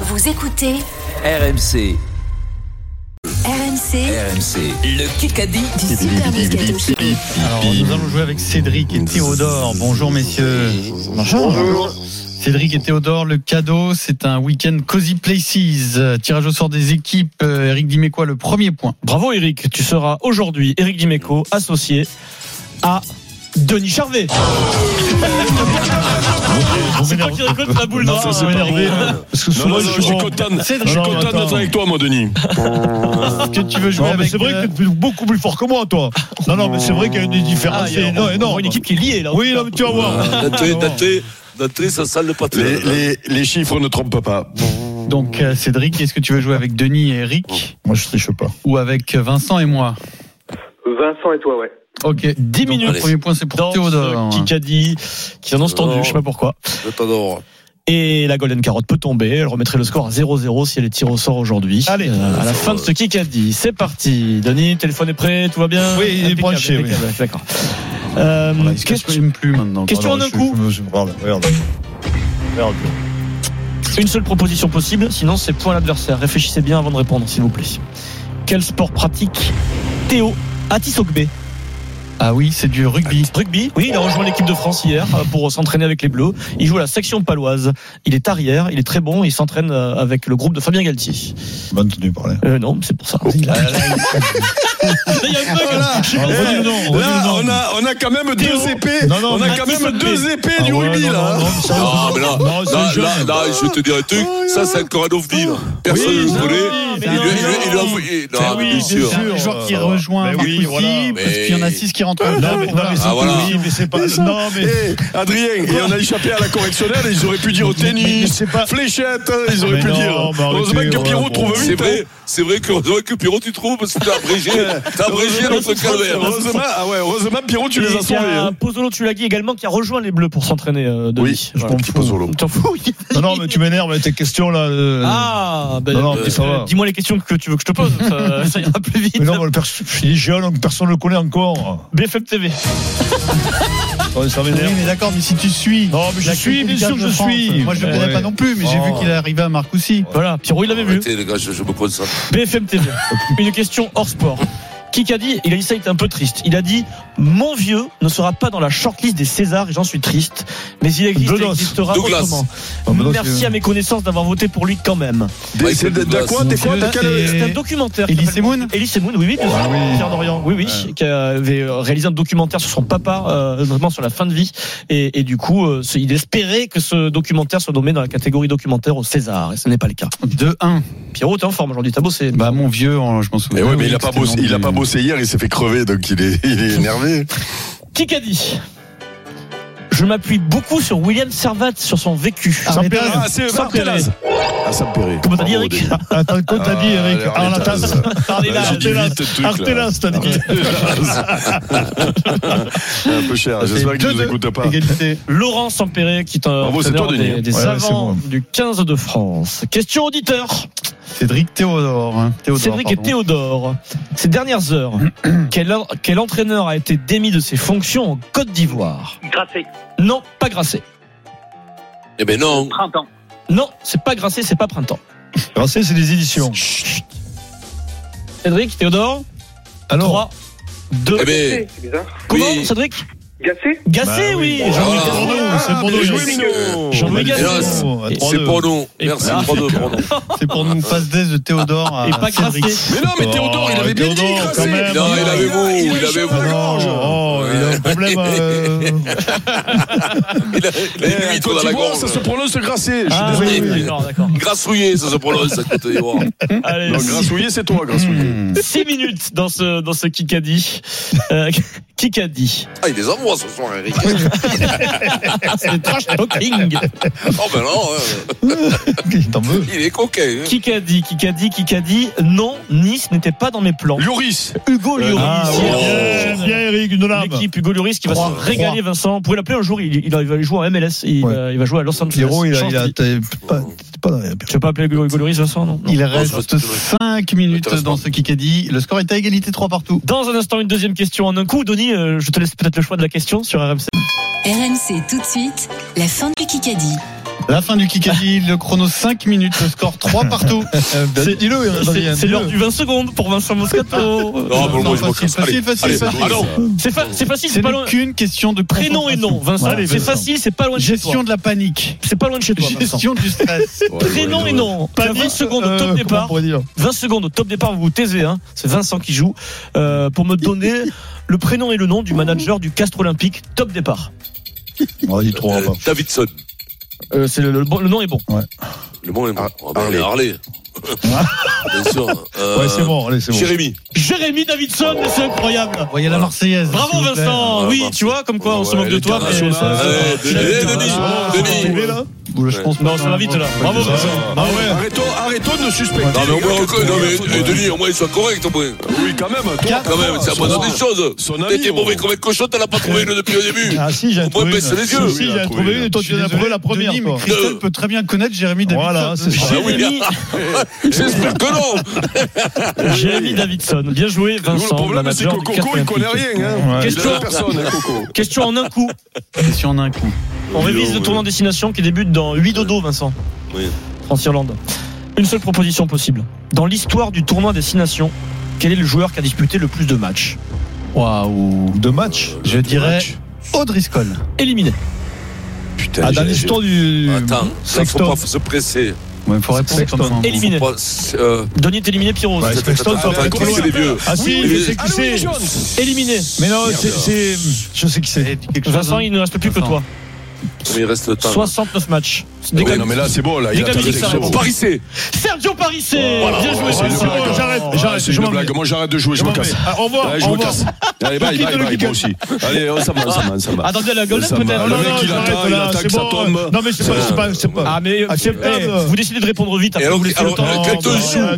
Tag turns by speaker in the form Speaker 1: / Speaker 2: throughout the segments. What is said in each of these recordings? Speaker 1: Vous écoutez
Speaker 2: RMC,
Speaker 1: RMC,
Speaker 2: RMC, le Kikadi.
Speaker 1: du Super Moscato Show.
Speaker 3: Alors, nous allons jouer avec Cédric et Théodore. Bonjour, messieurs. Bonjour. Cédric et Théodore, le cadeau, c'est un week-end Cozy Places. Euh, Tirage au sort des équipes. Euh, Eric Dimeco a le premier point.
Speaker 4: Bravo Eric, tu seras aujourd'hui Eric Dimeco associé à Denis Charvet.
Speaker 5: Ah,
Speaker 4: C'est toi qui récolte la boule
Speaker 3: Non,
Speaker 4: noire.
Speaker 3: ça, c'est
Speaker 4: euh,
Speaker 3: pas
Speaker 4: Eric.
Speaker 3: vrai. Parce que
Speaker 6: Non,
Speaker 3: souvent,
Speaker 6: non,
Speaker 3: ils
Speaker 6: je suis
Speaker 3: jouent en-
Speaker 6: content. Je
Speaker 3: Cédric,
Speaker 6: suis
Speaker 3: non,
Speaker 6: content
Speaker 3: attends.
Speaker 6: d'être avec toi, moi, Denis.
Speaker 3: Est-ce que tu veux jouer
Speaker 5: Non, mais
Speaker 3: avec
Speaker 5: c'est vrai
Speaker 3: euh,
Speaker 5: que tu es beaucoup plus fort que moi, toi. Non, non, mais c'est vrai qu'il y a une différence.
Speaker 4: Ah, il y
Speaker 5: c'est
Speaker 4: a-
Speaker 5: énorme,
Speaker 4: on voit
Speaker 5: énorme.
Speaker 4: une équipe qui est liée là.
Speaker 5: Oui, non, mais tu vas voir.
Speaker 6: Daté, daté, daté, ça sale le pâté.
Speaker 7: Les, les, les chiffres ne trompent pas.
Speaker 3: Donc, euh, Cédric, est-ce que tu veux jouer avec Denis et Eric
Speaker 5: Moi, je triche pas.
Speaker 3: ou avec Vincent et moi
Speaker 8: Vincent et toi, ouais.
Speaker 3: Ok, 10 minutes. Le
Speaker 6: Allez.
Speaker 3: premier point, c'est pour
Speaker 4: Dans
Speaker 3: Théodore. hein.
Speaker 4: ce Kikadi qui s'annonce tendu,
Speaker 6: Non.
Speaker 4: je sais pas pourquoi.
Speaker 6: Je t'adore.
Speaker 4: Et la Golden Carotte peut tomber. Elle remettrait le score à 0-0 si elle est tirée au sort aujourd'hui. Euh,
Speaker 5: Allez.
Speaker 4: à la fin de ce Kikadi. C'est parti. Denis, le téléphone est prêt, tout va bien
Speaker 5: Oui, il est
Speaker 4: Impeccable,
Speaker 5: branché, oui.
Speaker 4: impeccable, D'accord. Euh,
Speaker 3: Voilà, il se
Speaker 4: qu'est-ce que-
Speaker 3: questionne plus maintenant.
Speaker 4: Question en
Speaker 3: Alors,
Speaker 4: un
Speaker 3: je-
Speaker 4: coup.
Speaker 5: Je me suis- voilà, regarde. Regarde.
Speaker 4: Une seule proposition possible, sinon c'est point à l'adversaire. Réfléchissez bien avant de répondre, s'il vous plaît. Quel sport pratique Théo Atisokbe
Speaker 3: Ah oui, c'est du rugby.
Speaker 4: Rugby, oui, il a rejoint l'équipe de France hier euh, pour s'entraîner avec les Bleus. Il joue à la section paloise. Il est arrière, il est très bon, il s'entraîne euh, avec le groupe de Fabien Galtier.
Speaker 5: Bonne tenue Oh. par là.
Speaker 4: Euh, non, c'est pour ça. Il a-
Speaker 3: Ah,
Speaker 4: Il y a un bug. Je sais pas si-
Speaker 5: Redis-le non, redis-le
Speaker 6: Là,
Speaker 5: non.
Speaker 6: on a, on a quand même deux épées.
Speaker 5: Non, non,
Speaker 6: on a
Speaker 5: mais-
Speaker 6: quand même deux épées
Speaker 5: Ah
Speaker 6: du
Speaker 5: ouais,
Speaker 6: rugby,
Speaker 5: non,
Speaker 6: là.
Speaker 7: hein.
Speaker 5: non, non, mais sérieux.
Speaker 6: Ah, mais là,
Speaker 5: Non, c'est
Speaker 6: là,
Speaker 5: jeune.
Speaker 6: là, là, je vais te dire un truc.
Speaker 7: Oh,
Speaker 6: ça, c'est encore un ovni, là. Personne ne
Speaker 5: Oui,
Speaker 6: le
Speaker 5: non,
Speaker 6: connaît.
Speaker 5: oui,
Speaker 6: Il
Speaker 3: mais
Speaker 6: lui- il
Speaker 3: non,
Speaker 6: lui- il lui a
Speaker 3: non.
Speaker 6: envoyé.
Speaker 3: Ah
Speaker 6: Non,
Speaker 3: oui,
Speaker 6: bien sûr.
Speaker 3: c'est un joueur qui
Speaker 5: ça va.
Speaker 3: rejoint
Speaker 5: Mais oui,
Speaker 3: Marcoussi,
Speaker 5: voilà.
Speaker 3: parce qu'il y en a
Speaker 6: Mais-
Speaker 3: 6 qui rentrent en
Speaker 5: Non, mais, non, mais c'est
Speaker 6: Ah, voilà.
Speaker 5: oui, mais c'est pas. Non, mais.
Speaker 7: Eh, Adrien, et on a échappé à la correctionnelle, ils auraient pu dire au
Speaker 5: mais- mais
Speaker 7: tennis,
Speaker 5: c'est pas-
Speaker 7: fléchette, hein, ils auraient
Speaker 5: Mais
Speaker 7: pu
Speaker 5: non,
Speaker 7: dire.
Speaker 5: mais arrêtez,
Speaker 7: Heureusement que
Speaker 5: voilà, bon.
Speaker 7: Pierrot trouve
Speaker 6: C'est
Speaker 7: vite. hein.
Speaker 6: vrai, c'est vrai que heureusement que Pierrot tu trouves parce que t'as abrégé, t'as abrégé notre calvaire.
Speaker 7: Heureusement, ah ouais, heureusement Pierrot, tu
Speaker 4: Et
Speaker 7: les as
Speaker 4: il y
Speaker 7: sauvés.
Speaker 4: a
Speaker 7: hein.
Speaker 4: Pozzolo Tulagi également qui a rejoint les Bleus pour s'entraîner euh, Denis.
Speaker 7: Oui, je
Speaker 4: Voilà.
Speaker 7: m'en fous, Pozzolo.
Speaker 4: T'en fous oui.
Speaker 5: Non, non, mais tu m'énerves avec tes questions, là. euh.
Speaker 4: Ah, ben,
Speaker 5: Non, non,
Speaker 4: euh,
Speaker 5: mais ça va.
Speaker 4: dis-moi les questions que tu veux que je te pose, ça, ça ira plus vite.
Speaker 5: Mais non, mais le perso- il est jeune, donc personne ne le connaît encore.
Speaker 4: BFM TV.
Speaker 5: Ouais, Ça
Speaker 3: Oui,
Speaker 5: m'énerve.
Speaker 3: mais d'accord, mais si tu suis.
Speaker 5: Non, mais je
Speaker 3: la
Speaker 5: suis,
Speaker 3: critique
Speaker 5: bien sûr
Speaker 3: du Stade
Speaker 5: que je
Speaker 3: de France,
Speaker 5: suis.
Speaker 3: Moi, je le
Speaker 5: Ouais.
Speaker 3: connais pas non plus, mais j'ai
Speaker 5: Oh.
Speaker 3: vu qu'il est arrivé à Marcoussi.
Speaker 4: Voilà, Pierrot, il l'avait vu.
Speaker 6: Arrêtez, les gars, je, je me concentre.
Speaker 4: BFM TV. Une question hors sport. Qui a dit, il a dit ça, il était un peu triste. Il a dit Mon vieux ne sera pas dans la shortlist des Césars et j'en suis triste, mais il existe et
Speaker 5: Delos.
Speaker 4: existera
Speaker 6: Douglas.
Speaker 4: autrement.
Speaker 5: Ah, mais non,
Speaker 4: Merci
Speaker 5: c'est-
Speaker 4: à mes connaissances d'avoir voté pour lui quand même.
Speaker 7: Des-
Speaker 6: Michael
Speaker 7: c'est de- de
Speaker 6: Douglas.
Speaker 7: quoi T'es quoi T'es quel-
Speaker 3: Et-
Speaker 4: C'est un documentaire.
Speaker 3: Elie
Speaker 4: qui s'appelle-
Speaker 3: Semoun
Speaker 4: Elie Semoun, oui, oui, bien sûr.
Speaker 5: Ah oui.
Speaker 4: Pierre Dorian, oui, oui, qui avait euh, réalisé un documentaire sur son papa, euh, vraiment sur la fin de vie. Et, et du coup, euh, ce- il espérait que ce documentaire soit nommé dans la catégorie documentaire au César. Et ce n'est pas le cas.
Speaker 3: 2-1.
Speaker 4: Pierrot, t'es en forme aujourd'hui, t'as bossé.
Speaker 3: Bah, mon vieux,
Speaker 5: hein,
Speaker 3: on- je m'en souviens.
Speaker 7: Eh ouais, mais il a
Speaker 3: C'était
Speaker 7: pas bossé,
Speaker 3: dans
Speaker 7: il a
Speaker 3: du-
Speaker 7: pas bossé hier, il s'est fait crever, donc il est, il est énervé.
Speaker 4: Qui qu'a dit Je m'appuie beaucoup sur William Servat, sur son vécu.
Speaker 5: Sampéry.
Speaker 7: Ah, c'est
Speaker 4: Sans
Speaker 7: Barthez. Ah, ça me plairait.
Speaker 4: Comment t'as dit,
Speaker 7: Bravo,
Speaker 4: Eric
Speaker 7: Denis.
Speaker 5: Attends, quoi t'as dit, Eric
Speaker 7: Ah,
Speaker 5: Ah, la tasse.
Speaker 7: Ah, j'ai dit
Speaker 5: Artelas.
Speaker 7: vite, le truc, là.
Speaker 5: Artelas, t'as dit.
Speaker 7: Ah, Un peu cher, j'espère qu'il nous écoute pas.
Speaker 3: Égalité.
Speaker 4: Laurent Sampéré, qui est un
Speaker 7: Bravo, c'est
Speaker 4: entraîneur
Speaker 7: toi,
Speaker 4: des,
Speaker 7: Denis.
Speaker 4: des
Speaker 5: Ouais, ouais, c'est
Speaker 4: savants
Speaker 5: moi.
Speaker 4: du 15 de France. Question auditeur.
Speaker 3: Cédric Théodore. hein. Théodore
Speaker 4: Cédric et
Speaker 3: pardon.
Speaker 4: Théodore, ces dernières heures, quel, en- quel entraîneur a été démis de ses fonctions en Côte d'Ivoire
Speaker 8: Grassé,
Speaker 4: Non, pas Grasset.
Speaker 6: Eh ben non.
Speaker 8: printemps.
Speaker 4: Non, c'est pas Grasset, c'est pas Printemps.
Speaker 5: Grasset, c'est des éditions.
Speaker 4: Cédric, Théodore
Speaker 5: Alors,
Speaker 4: 3, 2,
Speaker 6: Eh ben.
Speaker 8: C'est bizarre.
Speaker 4: comment
Speaker 6: oui.
Speaker 4: Cédric
Speaker 8: Gassé
Speaker 4: Gassé, oui,
Speaker 5: Bah
Speaker 4: Jean-Louis
Speaker 6: Ah,
Speaker 5: C'est
Speaker 7: Oh.
Speaker 5: pour nous, c'est pour
Speaker 4: Gasset.
Speaker 7: bien
Speaker 5: nous.
Speaker 7: joué,
Speaker 5: Eric.
Speaker 6: Minou.
Speaker 4: Jean-Louis
Speaker 5: Jean-Louis
Speaker 4: Gasset.
Speaker 5: Gasset.
Speaker 4: Et-
Speaker 5: hein, Trois,
Speaker 6: C'est
Speaker 5: deux.
Speaker 6: pour nous.
Speaker 4: Et-
Speaker 6: Merci pour nous. pour nous.
Speaker 3: C'est pour nous. Passe d'aise de Théodore à
Speaker 4: Et pas Grasset.
Speaker 3: Cédric.
Speaker 6: Mais non, mais Théodore, il avait bien dit.
Speaker 5: Oh, Théodore,
Speaker 6: Grasset.
Speaker 5: quand même.
Speaker 6: Non, il
Speaker 5: Ah,
Speaker 6: avait
Speaker 5: il
Speaker 6: beau,
Speaker 7: a- il a
Speaker 6: il avait
Speaker 7: échappé.
Speaker 6: beau.
Speaker 5: Ah non, oh, il a un problème. euh,
Speaker 6: Il avait il avait
Speaker 7: Eh,
Speaker 6: huit
Speaker 7: quand
Speaker 6: dans
Speaker 7: tu
Speaker 6: la
Speaker 7: vois,
Speaker 6: gorge.
Speaker 7: ça se prononce grassé. Je suis
Speaker 4: Ah,
Speaker 7: désolé.
Speaker 4: oui, oui, d'accord, d'accord.
Speaker 6: Grassouillé, ça se prononce. ça, quand tu vois.
Speaker 4: Allez,
Speaker 7: Non, grassouillé, c'est toi, grassouillé.
Speaker 3: Hmm.
Speaker 4: 6 minutes dans ce, dans ce Kikadi. Euh, Kikadi.
Speaker 6: Ah, il les envoie ce soir, Eric.
Speaker 4: Ah, c'est trash talking.
Speaker 6: Oh, ben non, hein.
Speaker 5: T'en veux
Speaker 6: il est coquin. hein.
Speaker 4: Kikadi, Kikadi, Kikadi. Non, Nice n'était pas dans mes plans.
Speaker 7: Lloris. Euh,
Speaker 4: Hugo Lloris.
Speaker 5: Ah,
Speaker 6: oui.
Speaker 4: hier.
Speaker 5: bien, bien, Eric, une lame.
Speaker 4: L'équipe Hugo Lloris qui va
Speaker 5: Trois,
Speaker 4: se régaler, Vincent. Vous pouvez l'appeler un jour, il, il va il va aller jouer en MLS. Il,
Speaker 5: Ouais.
Speaker 4: va, il va jouer à Los Angeles.
Speaker 5: Pierrot, il a,
Speaker 4: Change
Speaker 5: il a
Speaker 4: de-
Speaker 5: t'es pas, t'es pas dans les-
Speaker 4: Tu veux pas appeler Hugo, Hugo Lloris, Vincent non, Non.
Speaker 3: Il
Speaker 6: je
Speaker 3: reste
Speaker 6: reste-
Speaker 3: 5 minutes
Speaker 6: Intéressant.
Speaker 3: dans ce Kikadi. Le score est à égalité 3 partout.
Speaker 4: Dans un instant, une deuxième question en un coup. Denis, euh, je te laisse peut-être le choix de la question sur RMC.
Speaker 1: RMC tout de suite, la fin du Kikadi.
Speaker 3: La fin du Kikadi, le chrono 5 minutes, le score 3 partout.
Speaker 5: C'est- dis-le, hein,
Speaker 4: C'est-
Speaker 5: Adrien,
Speaker 4: C'est l'heure
Speaker 5: dis-le.
Speaker 4: du 20 secondes pour Vincent Moscato.
Speaker 6: Non, bon,
Speaker 3: Non,
Speaker 6: moi, je m'en
Speaker 3: facile,
Speaker 6: casse. Allez,
Speaker 3: facile, facile,
Speaker 6: allez.
Speaker 3: facile.
Speaker 6: Ah non,
Speaker 4: C'est fa- c'est facile,
Speaker 3: Ce
Speaker 4: c'est pas loin.
Speaker 3: n'est qu'une question de
Speaker 4: Prénom et nom, Vincent.
Speaker 5: Allez,
Speaker 4: c'est
Speaker 5: Vincent.
Speaker 4: facile, c'est pas loin de chez toi.
Speaker 3: Gestion de la panique.
Speaker 4: C'est pas loin de chez toi. Vincent.
Speaker 3: Gestion du stress.
Speaker 4: Prénom et nom. T'as 20 secondes
Speaker 3: euh,
Speaker 4: au top départ. 20 secondes au top départ, vous vous taisez. Hein. C'est Vincent qui joue. euh, pour me donner le prénom et le nom du manager du Castre Olympique. Top départ.
Speaker 5: On dit trois.
Speaker 6: euh, Davidson.
Speaker 4: Euh, c'est le, le bon- le nom est bon.
Speaker 6: Le bon est bon.
Speaker 7: Ar-
Speaker 6: Ah, bah,
Speaker 7: Harley.
Speaker 6: Harley. Bien sûr. Euh,
Speaker 5: Ouais, c'est bon, allez, c'est bon.
Speaker 6: Jérémy.
Speaker 4: Jérémy Davidson, c'est incroyable.
Speaker 3: Voyez la Marseillaise.
Speaker 4: Bravo
Speaker 3: s'il vous plaît.
Speaker 4: Vincent.
Speaker 7: Ah,
Speaker 6: Ouais,
Speaker 4: Oui,
Speaker 6: merci.
Speaker 4: tu vois, comme quoi on se
Speaker 6: Ouais,
Speaker 4: moque de toi. mais
Speaker 6: l'international.
Speaker 4: ça- ça-
Speaker 6: Ouais,
Speaker 4: ça-
Speaker 6: Denis,
Speaker 4: ça-
Speaker 6: Denis,
Speaker 4: ça-
Speaker 6: Denis.
Speaker 4: ça-
Speaker 6: Denis.
Speaker 3: Oula, Je pense
Speaker 4: Non,
Speaker 3: pas.
Speaker 4: ça va vite là. Bravo Vincent.
Speaker 5: Ah ouais.
Speaker 7: Arrêtons, arrêtons de suspecter.
Speaker 6: Non, mais au
Speaker 7: les gars,
Speaker 6: moins,
Speaker 7: que-
Speaker 6: non, mais, et Denis, au moins, il soit correct, au moins.
Speaker 7: Oui, quand même. toi,
Speaker 6: Quand même, c'est la moindre des choses.
Speaker 7: Son ami,
Speaker 6: T'étais
Speaker 7: on-
Speaker 6: mauvais comme un cochon, t'en as pas trouvé une depuis le début.
Speaker 5: Ah si,
Speaker 6: Au
Speaker 5: j'ai
Speaker 6: moins,
Speaker 5: trouvé.
Speaker 6: baisse
Speaker 5: une.
Speaker 6: les
Speaker 5: Si,
Speaker 6: yeux.
Speaker 5: Si,
Speaker 7: Oui, il a
Speaker 5: j'ai
Speaker 7: trouvé
Speaker 5: trouvé une et toi
Speaker 3: Je
Speaker 5: tu
Speaker 3: suis
Speaker 5: en as
Speaker 3: désolé,
Speaker 5: trouvé la première.
Speaker 3: Denis,
Speaker 5: quoi.
Speaker 3: mais Christelle peut très bien connaître Jérémy Davidson.
Speaker 5: Voilà, c'est ça.
Speaker 6: Ah oui,
Speaker 4: Jérémy,
Speaker 6: j'espère que non.
Speaker 4: Jérémy Davidson. Bien joué
Speaker 7: Nous, le
Speaker 4: Vincent.
Speaker 7: problème, c'est
Speaker 4: manager
Speaker 7: que
Speaker 4: du
Speaker 7: Coco,
Speaker 4: Castres
Speaker 7: il connaît
Speaker 4: Olympique.
Speaker 7: rien. Hein.
Speaker 4: Ouais.
Speaker 7: Il
Speaker 4: Question.
Speaker 7: a personne, hein, Coco.
Speaker 4: Question en un coup.
Speaker 3: Question en un coup.
Speaker 4: On révise le tournoi en destination qui débute dans 8 dodo, Vincent.
Speaker 6: Oui.
Speaker 4: France-Irlande. Une seule proposition possible. Dans l'histoire du tournoi destination, quel est le joueur qui a disputé le plus de matchs
Speaker 3: Waouh.
Speaker 5: Deux matchs.
Speaker 3: Je dirais Audriscoll.
Speaker 4: Éliminé.
Speaker 6: Putain,
Speaker 5: Ah, dans
Speaker 6: j'ai-
Speaker 5: l'histoire du.
Speaker 6: j'ai- Attends, là, faut
Speaker 5: Sexton.
Speaker 6: pas se presser.
Speaker 3: Ouais, faut répondre
Speaker 5: Sexton.
Speaker 3: comme ça.
Speaker 4: Éliminé.
Speaker 6: Faut pas se- euh,
Speaker 4: Denis est éliminé, Pierrot.
Speaker 5: Ouais, Sexton,
Speaker 6: attends,
Speaker 5: ça va
Speaker 6: attends,
Speaker 5: être
Speaker 6: comment
Speaker 5: trop
Speaker 6: c'est les vieux
Speaker 5: Ah si, je sais
Speaker 7: Ah,
Speaker 5: qui
Speaker 7: Louis
Speaker 5: c'est.
Speaker 7: Jones.
Speaker 4: Éliminé.
Speaker 5: Mais non,
Speaker 6: Merde.
Speaker 5: c'est. c'est- Je sais qui c'est.
Speaker 3: Eh, dis quelque chose,
Speaker 4: Vincent,
Speaker 3: hein.
Speaker 4: il ne reste plus que
Speaker 3: Vincent.
Speaker 4: toi.
Speaker 6: Mais il reste le temps.
Speaker 4: 69 matchs.
Speaker 7: Ouais,
Speaker 4: Dégal-
Speaker 7: non, mais là, c'est bon, là. Il a
Speaker 4: Dégal-
Speaker 7: terminé
Speaker 4: Dégal-
Speaker 7: avec
Speaker 4: Dégal-
Speaker 7: son-
Speaker 6: Paris C.
Speaker 4: Sergio Parissé
Speaker 6: Voilà,
Speaker 7: Oh,
Speaker 4: Bien joué,
Speaker 6: voilà,
Speaker 5: C'est
Speaker 6: c'est
Speaker 5: une
Speaker 4: Vincent.
Speaker 5: blague. J'arrête,
Speaker 7: Ah,
Speaker 5: j'arrête.
Speaker 7: C'est
Speaker 5: je
Speaker 7: une
Speaker 5: m'en vais.
Speaker 7: blague. Moi, j'arrête de jouer, je
Speaker 5: Je
Speaker 7: me
Speaker 5: m'en
Speaker 7: casse.
Speaker 5: vais. Ah, Au revoir.
Speaker 7: Allez, je
Speaker 5: au
Speaker 7: me
Speaker 5: revoir.
Speaker 7: casse. Allez, bye,
Speaker 5: quitte
Speaker 7: bye,
Speaker 5: le
Speaker 7: bye, moi
Speaker 5: Kikadi.
Speaker 7: aussi. Allez, on s'en va, on s'en va, on s'en va.
Speaker 4: Attendez, la
Speaker 7: Ça
Speaker 4: Golden
Speaker 7: m'a-
Speaker 4: peut-être
Speaker 7: Le
Speaker 5: Non,
Speaker 7: mec,
Speaker 5: non,
Speaker 7: il
Speaker 5: j'arrête,
Speaker 7: attend, il
Speaker 5: là,
Speaker 7: attend
Speaker 5: c'est
Speaker 7: que ça
Speaker 5: bon.
Speaker 7: tombe.
Speaker 5: Non, mais c'est pas, c'est pas, c'est pas.
Speaker 4: Ah, mais
Speaker 5: Ah, c'est
Speaker 4: eh,
Speaker 5: pas-
Speaker 4: vous décidez de répondre vite.
Speaker 6: Et
Speaker 4: Après,
Speaker 6: alors,
Speaker 4: vous laissez le
Speaker 6: alors,
Speaker 4: temps.
Speaker 6: quand
Speaker 5: bah,
Speaker 6: on joue,
Speaker 5: arrête,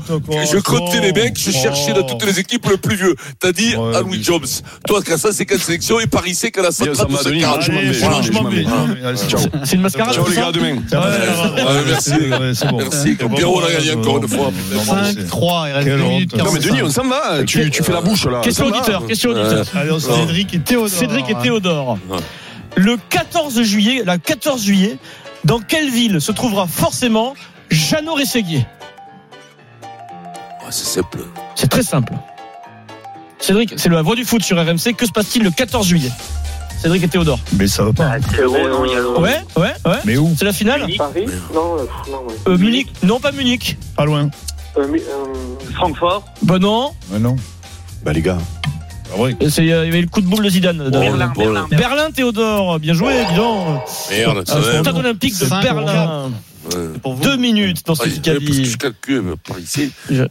Speaker 5: quoi,
Speaker 6: je comptais
Speaker 5: attends.
Speaker 6: les mecs, je cherchais dans toutes les équipes le plus vieux. T'as dit
Speaker 5: Ouais,
Speaker 6: à Louis
Speaker 5: oui.
Speaker 6: Jobs. Toi, qu'à 154 sélections et Paris C qu'à la
Speaker 7: Bien, ça m'a donné.
Speaker 6: 140.
Speaker 7: Je m'en vais,
Speaker 5: Allez,
Speaker 7: je m'en vais,
Speaker 5: je m'en vais.
Speaker 7: je m'en vais.
Speaker 5: Allez, c'est
Speaker 7: Ciao.
Speaker 5: bon.
Speaker 4: C'est une mascarade
Speaker 7: Ciao,
Speaker 4: c'est
Speaker 7: les
Speaker 4: ça
Speaker 7: gars, à demain.
Speaker 5: Ça va, ça va.
Speaker 6: Ouais, merci.
Speaker 5: Ouais, c'est bon.
Speaker 6: Merci.
Speaker 5: C'est bon.
Speaker 6: Pierrot l'a gagné encore une fois, putain.
Speaker 5: Non, mais c'est-
Speaker 3: 5, 3, il reste
Speaker 5: Quelle
Speaker 3: 2
Speaker 5: honte.
Speaker 3: minutes
Speaker 7: Non, mais
Speaker 3: 45.
Speaker 7: Denis, on s'en va. hein. Tu tu fais la bouche,
Speaker 6: Ah,
Speaker 7: là.
Speaker 4: Question
Speaker 7: Ça va.
Speaker 4: auditeur, question auditeur.
Speaker 6: Euh,
Speaker 5: Allez, on se dit-
Speaker 3: Cédric et Théodore.
Speaker 4: Cédric et Théodore.
Speaker 6: Ouais.
Speaker 4: Le 14 juillet, la 14 juillet, dans quelle ville se trouvera forcément Jeannot Rességuier
Speaker 6: ouais, C'est simple.
Speaker 4: C'est très simple. Cédric, c'est la voix du foot sur RMC. Que se passe-t-il le 14 juillet Cédric et Théodore.
Speaker 5: Mais ça va pas.
Speaker 8: Euh, non, il y a
Speaker 4: Ouais, ouais, ouais.
Speaker 5: Mais où
Speaker 4: C'est la finale
Speaker 8: Paris Non, euh, pff, non, ouais.
Speaker 4: Euh, Munich Non, pas Munich.
Speaker 5: Pas loin.
Speaker 8: Euh, mais, euh, Francfort
Speaker 4: Bah non.
Speaker 5: Mais non.
Speaker 7: Bah, les gars.
Speaker 4: C'est, euh, il y avait le coup de boule de Zidane.
Speaker 6: Oh,
Speaker 4: derrière.
Speaker 6: le bol.
Speaker 4: Berlin, Théodore. Bien joué, dis donc.
Speaker 6: Merde, quand
Speaker 4: Stade
Speaker 6: même.
Speaker 4: olympique de
Speaker 3: Cinq,
Speaker 4: Berlin.
Speaker 6: Ouais.
Speaker 4: Deux minutes dans ce
Speaker 6: Ah, j'ai- parce que
Speaker 4: Kikadi.
Speaker 6: je calcule, mais Paris C.
Speaker 4: Non,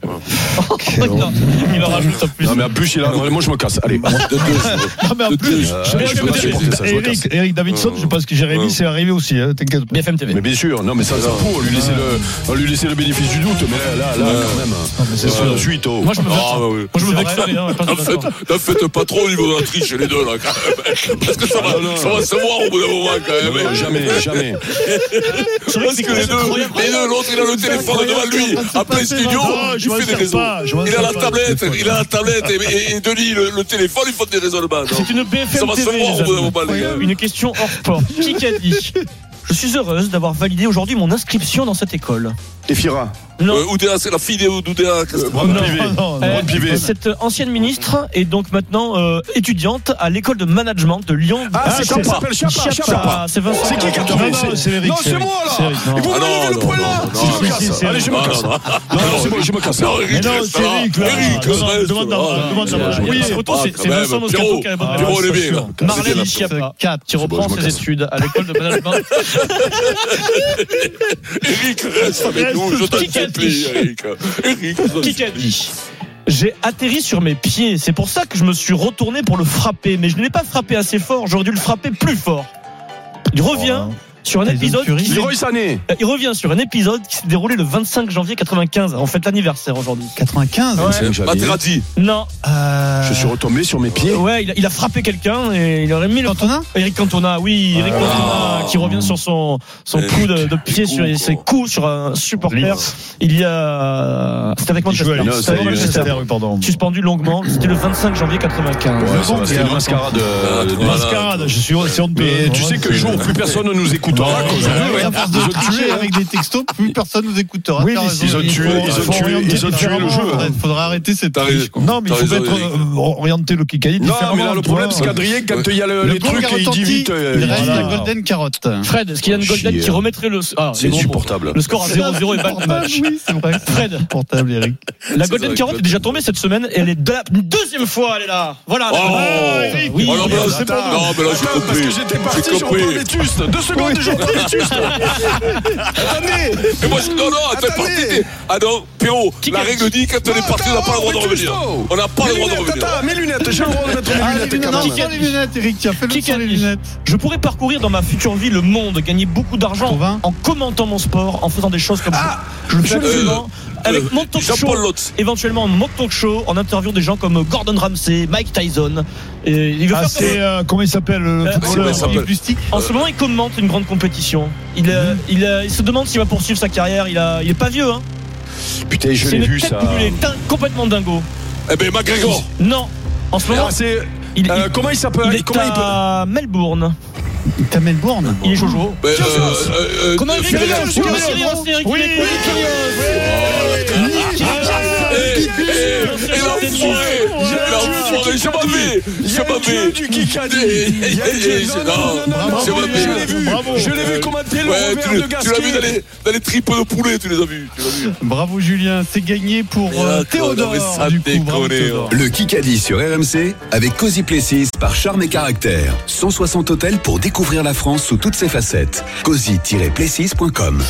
Speaker 4: Il en rajoute un plus.
Speaker 7: Non, mais en plus, il a. Moi, je me casse. Allez.
Speaker 6: De deux, je-
Speaker 5: Non, mais en
Speaker 6: de
Speaker 5: plus,
Speaker 6: deux,
Speaker 7: Ah,
Speaker 6: je-
Speaker 5: je
Speaker 6: je peux pas supporter ça, je me casse.
Speaker 5: Eric, Eric Davidson, je pense que
Speaker 6: Ouais.
Speaker 5: Jérémy, c'est arrivé aussi, hein, t'inquiète pas.
Speaker 4: BFM TV.
Speaker 7: Mais bien sûr, non, mais ça, ça pour lui laisser le, on lui laisser le bénéfice du doute, mais là, là, là,
Speaker 6: Ouais.
Speaker 7: quand même.
Speaker 5: c'est
Speaker 7: C'est sûr.
Speaker 5: sûr.
Speaker 7: Ensuite, oh.
Speaker 4: Moi, je me vexe.
Speaker 6: Ah, bah oui.
Speaker 4: Moi, je me vexe pas, hein, pas
Speaker 6: En
Speaker 4: d'accord.
Speaker 6: fait, en faites pas trop au niveau de la triche, les deux, là, quand même. Parce que ça va,
Speaker 7: Ah, non, non.
Speaker 6: ça va se voir au bout d'un moment, quand même.
Speaker 7: Non, Eh, jamais, jamais.
Speaker 6: Parce que les deux, les deux, l'autre, il a le téléphone devant lui, après le studio,
Speaker 5: Non, je
Speaker 6: il
Speaker 5: m'en
Speaker 6: fait des
Speaker 5: sers
Speaker 6: réseaux.
Speaker 5: pas, je m'en
Speaker 6: Il a
Speaker 5: sers
Speaker 6: la
Speaker 5: pas.
Speaker 6: tablette, il a la tablette, et, et- et Denis, le, le téléphone, il faut des raisonnements. non
Speaker 4: C'est une
Speaker 6: Ça
Speaker 4: BFM
Speaker 6: va se
Speaker 4: TV.
Speaker 6: voir au bout d'un
Speaker 4: les
Speaker 6: moment, les gars.
Speaker 4: amis. Une question hors sport. Kikadi. Je suis heureuse d'avoir validé aujourd'hui mon inscription dans cette école.
Speaker 7: Et Fira.
Speaker 4: Non.
Speaker 6: Euh, Oudéa, c'est la fille d'Oudéa.
Speaker 7: Bravo,
Speaker 4: Non.
Speaker 7: Pivet.
Speaker 5: non,
Speaker 4: Euh,
Speaker 7: Bravo, Pivet.
Speaker 4: cette ancienne ministre est donc maintenant euh, étudiante à l'école de management de Lyon.
Speaker 7: Ah, c'est
Speaker 4: Chiappa.
Speaker 7: Chapa, s'appelle Chapa,
Speaker 4: Chiappa.
Speaker 7: Chapa.
Speaker 4: C'est Vincent.
Speaker 7: C'est qui qui a
Speaker 4: Chiappa.
Speaker 7: trouvé
Speaker 5: Non, non, c'est Eric,
Speaker 7: Non,
Speaker 5: c'est
Speaker 7: c'est moi,
Speaker 5: Eric, c'est
Speaker 7: là.
Speaker 5: Eric, non.
Speaker 7: Et vous
Speaker 6: Ah, non,
Speaker 7: m'enlevez le
Speaker 6: non,
Speaker 7: point,
Speaker 6: non,
Speaker 7: là.
Speaker 6: non,
Speaker 7: Je me
Speaker 5: non,
Speaker 7: casse.
Speaker 5: non,
Speaker 7: Allez, je
Speaker 6: non,
Speaker 7: me casse.
Speaker 6: non,
Speaker 7: Non, non, c'est bon, je me casse.
Speaker 6: Ah, Non, Eric,
Speaker 5: Mais non,
Speaker 6: reste
Speaker 5: c'est
Speaker 6: là.
Speaker 5: Eric, là.
Speaker 6: Eric,
Speaker 5: Demande-
Speaker 6: reste.
Speaker 5: demande
Speaker 6: Ah,
Speaker 5: à- demande à-
Speaker 6: il y a-
Speaker 5: oui,
Speaker 6: il y a-
Speaker 4: autant
Speaker 6: ah,
Speaker 4: c'est-
Speaker 6: quand
Speaker 4: c'est
Speaker 6: même,
Speaker 4: Vincent Moscato
Speaker 6: Pierrot,
Speaker 4: qui a répondu.
Speaker 6: Pierrot,
Speaker 4: Ah,
Speaker 6: on est
Speaker 4: c'est
Speaker 6: bien,
Speaker 4: sûr.
Speaker 6: là.
Speaker 4: Marlène
Speaker 6: C'est bien,
Speaker 4: Schiappa.
Speaker 3: 4,
Speaker 4: qui reprend
Speaker 7: je me
Speaker 4: ses
Speaker 7: casse.
Speaker 4: études à l'école de management.
Speaker 6: Eric, reste avec
Speaker 4: Reste
Speaker 6: nous, je t'en
Speaker 4: petit
Speaker 6: supplie,
Speaker 4: catch.
Speaker 6: Eric. Eric, je t'en
Speaker 4: Kikadi. J'ai atterri sur mes pieds. C'est pour ça que je me suis retourné pour le frapper. Mais je ne l'ai pas frappé assez fort. J'aurais dû le frapper plus fort. Il revient
Speaker 7: Oh,
Speaker 4: sur un
Speaker 3: Tyson
Speaker 4: épisode.
Speaker 3: Fury.
Speaker 4: qui s'est-
Speaker 7: Leroy Sané.
Speaker 4: Il revient sur un épisode qui s'est déroulé le 25 janvier 95. On fête l'anniversaire aujourd'hui.
Speaker 3: 95
Speaker 4: Ouais.
Speaker 7: C'est-
Speaker 6: supplie.
Speaker 7: j'avais-
Speaker 6: Materazzi.
Speaker 4: Non.
Speaker 3: euh,
Speaker 7: Je suis retombé sur mes pieds.
Speaker 4: Ouais, il a, il a frappé quelqu'un et il aurait mis le.
Speaker 3: Cantona
Speaker 4: Eric Cantona, oui, Eric
Speaker 7: Ah.
Speaker 4: Cantona qui revient sur son, son
Speaker 6: Eric,
Speaker 4: coup de, de pied,
Speaker 6: coups,
Speaker 4: sur
Speaker 6: quoi.
Speaker 4: ses coups sur un supporter. Il y a. C'était avec
Speaker 5: Je
Speaker 4: Manchester.
Speaker 7: Non,
Speaker 4: C'était
Speaker 7: ça
Speaker 4: avec
Speaker 7: y est,
Speaker 4: Manchester.
Speaker 5: Manchester, oui, pardon.
Speaker 4: Suspendu longuement, c'était le 25 janvier 95.
Speaker 7: Ouais, ça va, C'était une mascarade. euh,
Speaker 6: Ah,
Speaker 7: de-
Speaker 6: voilà.
Speaker 5: Mascarade, je suis c'est honteux.
Speaker 7: Mais
Speaker 5: hein,
Speaker 7: tu
Speaker 5: vraiment,
Speaker 7: sais que
Speaker 5: c'est-
Speaker 7: jour, plus personne ne nous écoute. t'écoutera. quoi.
Speaker 3: Ils
Speaker 7: Ouais,
Speaker 3: ont- à force de
Speaker 7: Ils ont
Speaker 3: tricher
Speaker 7: tué.
Speaker 3: avec des textos, plus personne nous écoutera.
Speaker 5: Oui,
Speaker 3: T'as
Speaker 5: mais
Speaker 3: raison,
Speaker 7: Ils ont
Speaker 3: il
Speaker 7: tué,
Speaker 3: faut-
Speaker 7: ils
Speaker 3: faut
Speaker 7: ont tué,
Speaker 3: orienter
Speaker 7: ils ont tué le
Speaker 3: différemment.
Speaker 7: jeu.
Speaker 3: Faudra- Faudra arrêter cette
Speaker 6: T'as
Speaker 3: triche.
Speaker 6: raison.
Speaker 3: quoi.
Speaker 5: Non, mais il
Speaker 6: T'as
Speaker 5: faut
Speaker 6: raison,
Speaker 5: être
Speaker 6: Eric.
Speaker 5: euh, orienté le Kikadi
Speaker 7: Non,
Speaker 5: différemment,
Speaker 7: mais là, le
Speaker 5: tu
Speaker 7: problème,
Speaker 5: vois.
Speaker 7: c'est qu'Adrien, quand il y a le,
Speaker 3: Le
Speaker 7: les
Speaker 3: gong
Speaker 7: trucs,
Speaker 3: a
Speaker 7: il dit
Speaker 3: retenti,
Speaker 7: vite. euh,
Speaker 3: il reste
Speaker 7: voilà.
Speaker 3: la golden carotte.
Speaker 4: Fred, Kylian Golden
Speaker 7: Chier.
Speaker 4: qui remettrait le. Ah,
Speaker 7: C'est
Speaker 4: bon, bon.
Speaker 7: insupportable.
Speaker 4: Le score à 0-0 et balle de match.
Speaker 3: Oui, c'est vrai. que
Speaker 4: Fred,
Speaker 3: C'est portable, Eric.
Speaker 4: la
Speaker 6: C'est
Speaker 4: Golden
Speaker 6: vrai,
Speaker 4: Carotte est
Speaker 6: Golden.
Speaker 4: déjà tombée cette semaine et elle est de la- une deuxième fois, elle est là. Voilà.
Speaker 6: Oh,
Speaker 4: Eric. oui,
Speaker 6: Oh, non, mais là,
Speaker 7: Attends,
Speaker 6: non, mais là, j'ai
Speaker 7: attends, Parce
Speaker 6: compris.
Speaker 7: que j'étais parti
Speaker 6: J'ai
Speaker 7: sur
Speaker 6: compris.
Speaker 7: Bordeaux-Vétuste. Deux secondes, j'entends Vétuste. Attendez.
Speaker 6: Et moi, je- non, non, elle fait
Speaker 7: Attendez.
Speaker 6: partie des- Ah non, Pierrot, la règle dit quand on est parti, on n'a pas le droit de revenir. On n'a pas le droit de revenir.
Speaker 7: Attends, mes lunettes, j'ai le droit de mettre mes
Speaker 3: Ah, les
Speaker 7: lunettes
Speaker 3: lunettes,
Speaker 7: quand
Speaker 3: non,
Speaker 7: même.
Speaker 3: sans les lunettes, Eric, tiens, fais le
Speaker 4: Qui
Speaker 3: sans les
Speaker 4: gagne
Speaker 3: lunettes.
Speaker 4: Je pourrais parcourir dans ma future vie le monde, gagner beaucoup d'argent
Speaker 3: Provins.
Speaker 4: en commentant mon sport, en faisant des choses comme ça. Je le fais
Speaker 6: euh,
Speaker 4: actuellement avec mon talk show.
Speaker 6: Jean-Paul Lotz.
Speaker 4: Éventuellement mon talk show en interview des gens comme Gordon Ramsay, Mike Tyson. Et il veut
Speaker 5: Ah,
Speaker 4: faire
Speaker 5: c'est
Speaker 4: comme-
Speaker 5: euh, comment il s'appelle le
Speaker 4: Euh,
Speaker 6: Ouais,
Speaker 5: footballeur
Speaker 6: ça
Speaker 3: Il est
Speaker 6: peut-
Speaker 3: plus stick.
Speaker 4: En ce moment, il commente une grande compétition. Il, euh, il, euh, il se demande s'il va poursuivre sa carrière. Il, a, il est pas vieux, hein.
Speaker 7: Putain, je
Speaker 4: C'est
Speaker 7: l'ai
Speaker 4: une
Speaker 7: vu
Speaker 4: tête
Speaker 7: ça.
Speaker 4: brûlée, din- complètement dingo.
Speaker 6: Eh ben, McGregor.
Speaker 4: Non. En ce moment,
Speaker 7: Ah, c'est,
Speaker 4: il,
Speaker 7: euh,
Speaker 4: il-
Speaker 7: comment il
Speaker 4: il
Speaker 7: s'appelle
Speaker 4: est
Speaker 7: Comment il peut
Speaker 4: à Melbourne.
Speaker 3: T'as Melbourne.
Speaker 4: Il est Jojo.
Speaker 6: Ben, euh, euh, euh,
Speaker 4: Comment
Speaker 6: euh,
Speaker 4: il
Speaker 6: Federer.
Speaker 4: Kyrgios, Kyrgios, Kyrgios, Eric,
Speaker 5: Oui,
Speaker 4: il est-
Speaker 5: oui,
Speaker 6: Eh, eh, eh, l'enfoiré. L'enfoiré, j'ai pas vu.
Speaker 7: Il y
Speaker 6: J'ai
Speaker 7: a
Speaker 6: pas
Speaker 7: le
Speaker 6: vu.
Speaker 7: dieu du Kikadi. Il y a le dieu-
Speaker 6: Eh, eh,
Speaker 7: Non,
Speaker 6: eh,
Speaker 7: non, non, non,
Speaker 6: c'est
Speaker 7: non,
Speaker 6: pas
Speaker 7: Je
Speaker 6: bien.
Speaker 7: l'ai vu.
Speaker 5: Bravo.
Speaker 7: Je l'ai vu commenter le
Speaker 6: Ouais, tu
Speaker 7: revers de
Speaker 6: l'as- tu l'as vu dans
Speaker 7: Gasquet.
Speaker 6: les, dans les tripes de poulet, tu les as vus. Tu l'as vu.
Speaker 3: Bravo, Julien. C'est gagné pour
Speaker 6: Mais là,
Speaker 3: euh,
Speaker 6: quoi, non, mais
Speaker 3: Théodore.
Speaker 6: ça
Speaker 3: Du coup, bravo,
Speaker 6: déconne,
Speaker 3: Théodore.
Speaker 9: Le Kikadi sur RMC avec Cozy Places par Charme et Caractère. 160 hôtels pour découvrir la France sous toutes ses facettes. cozy-places.com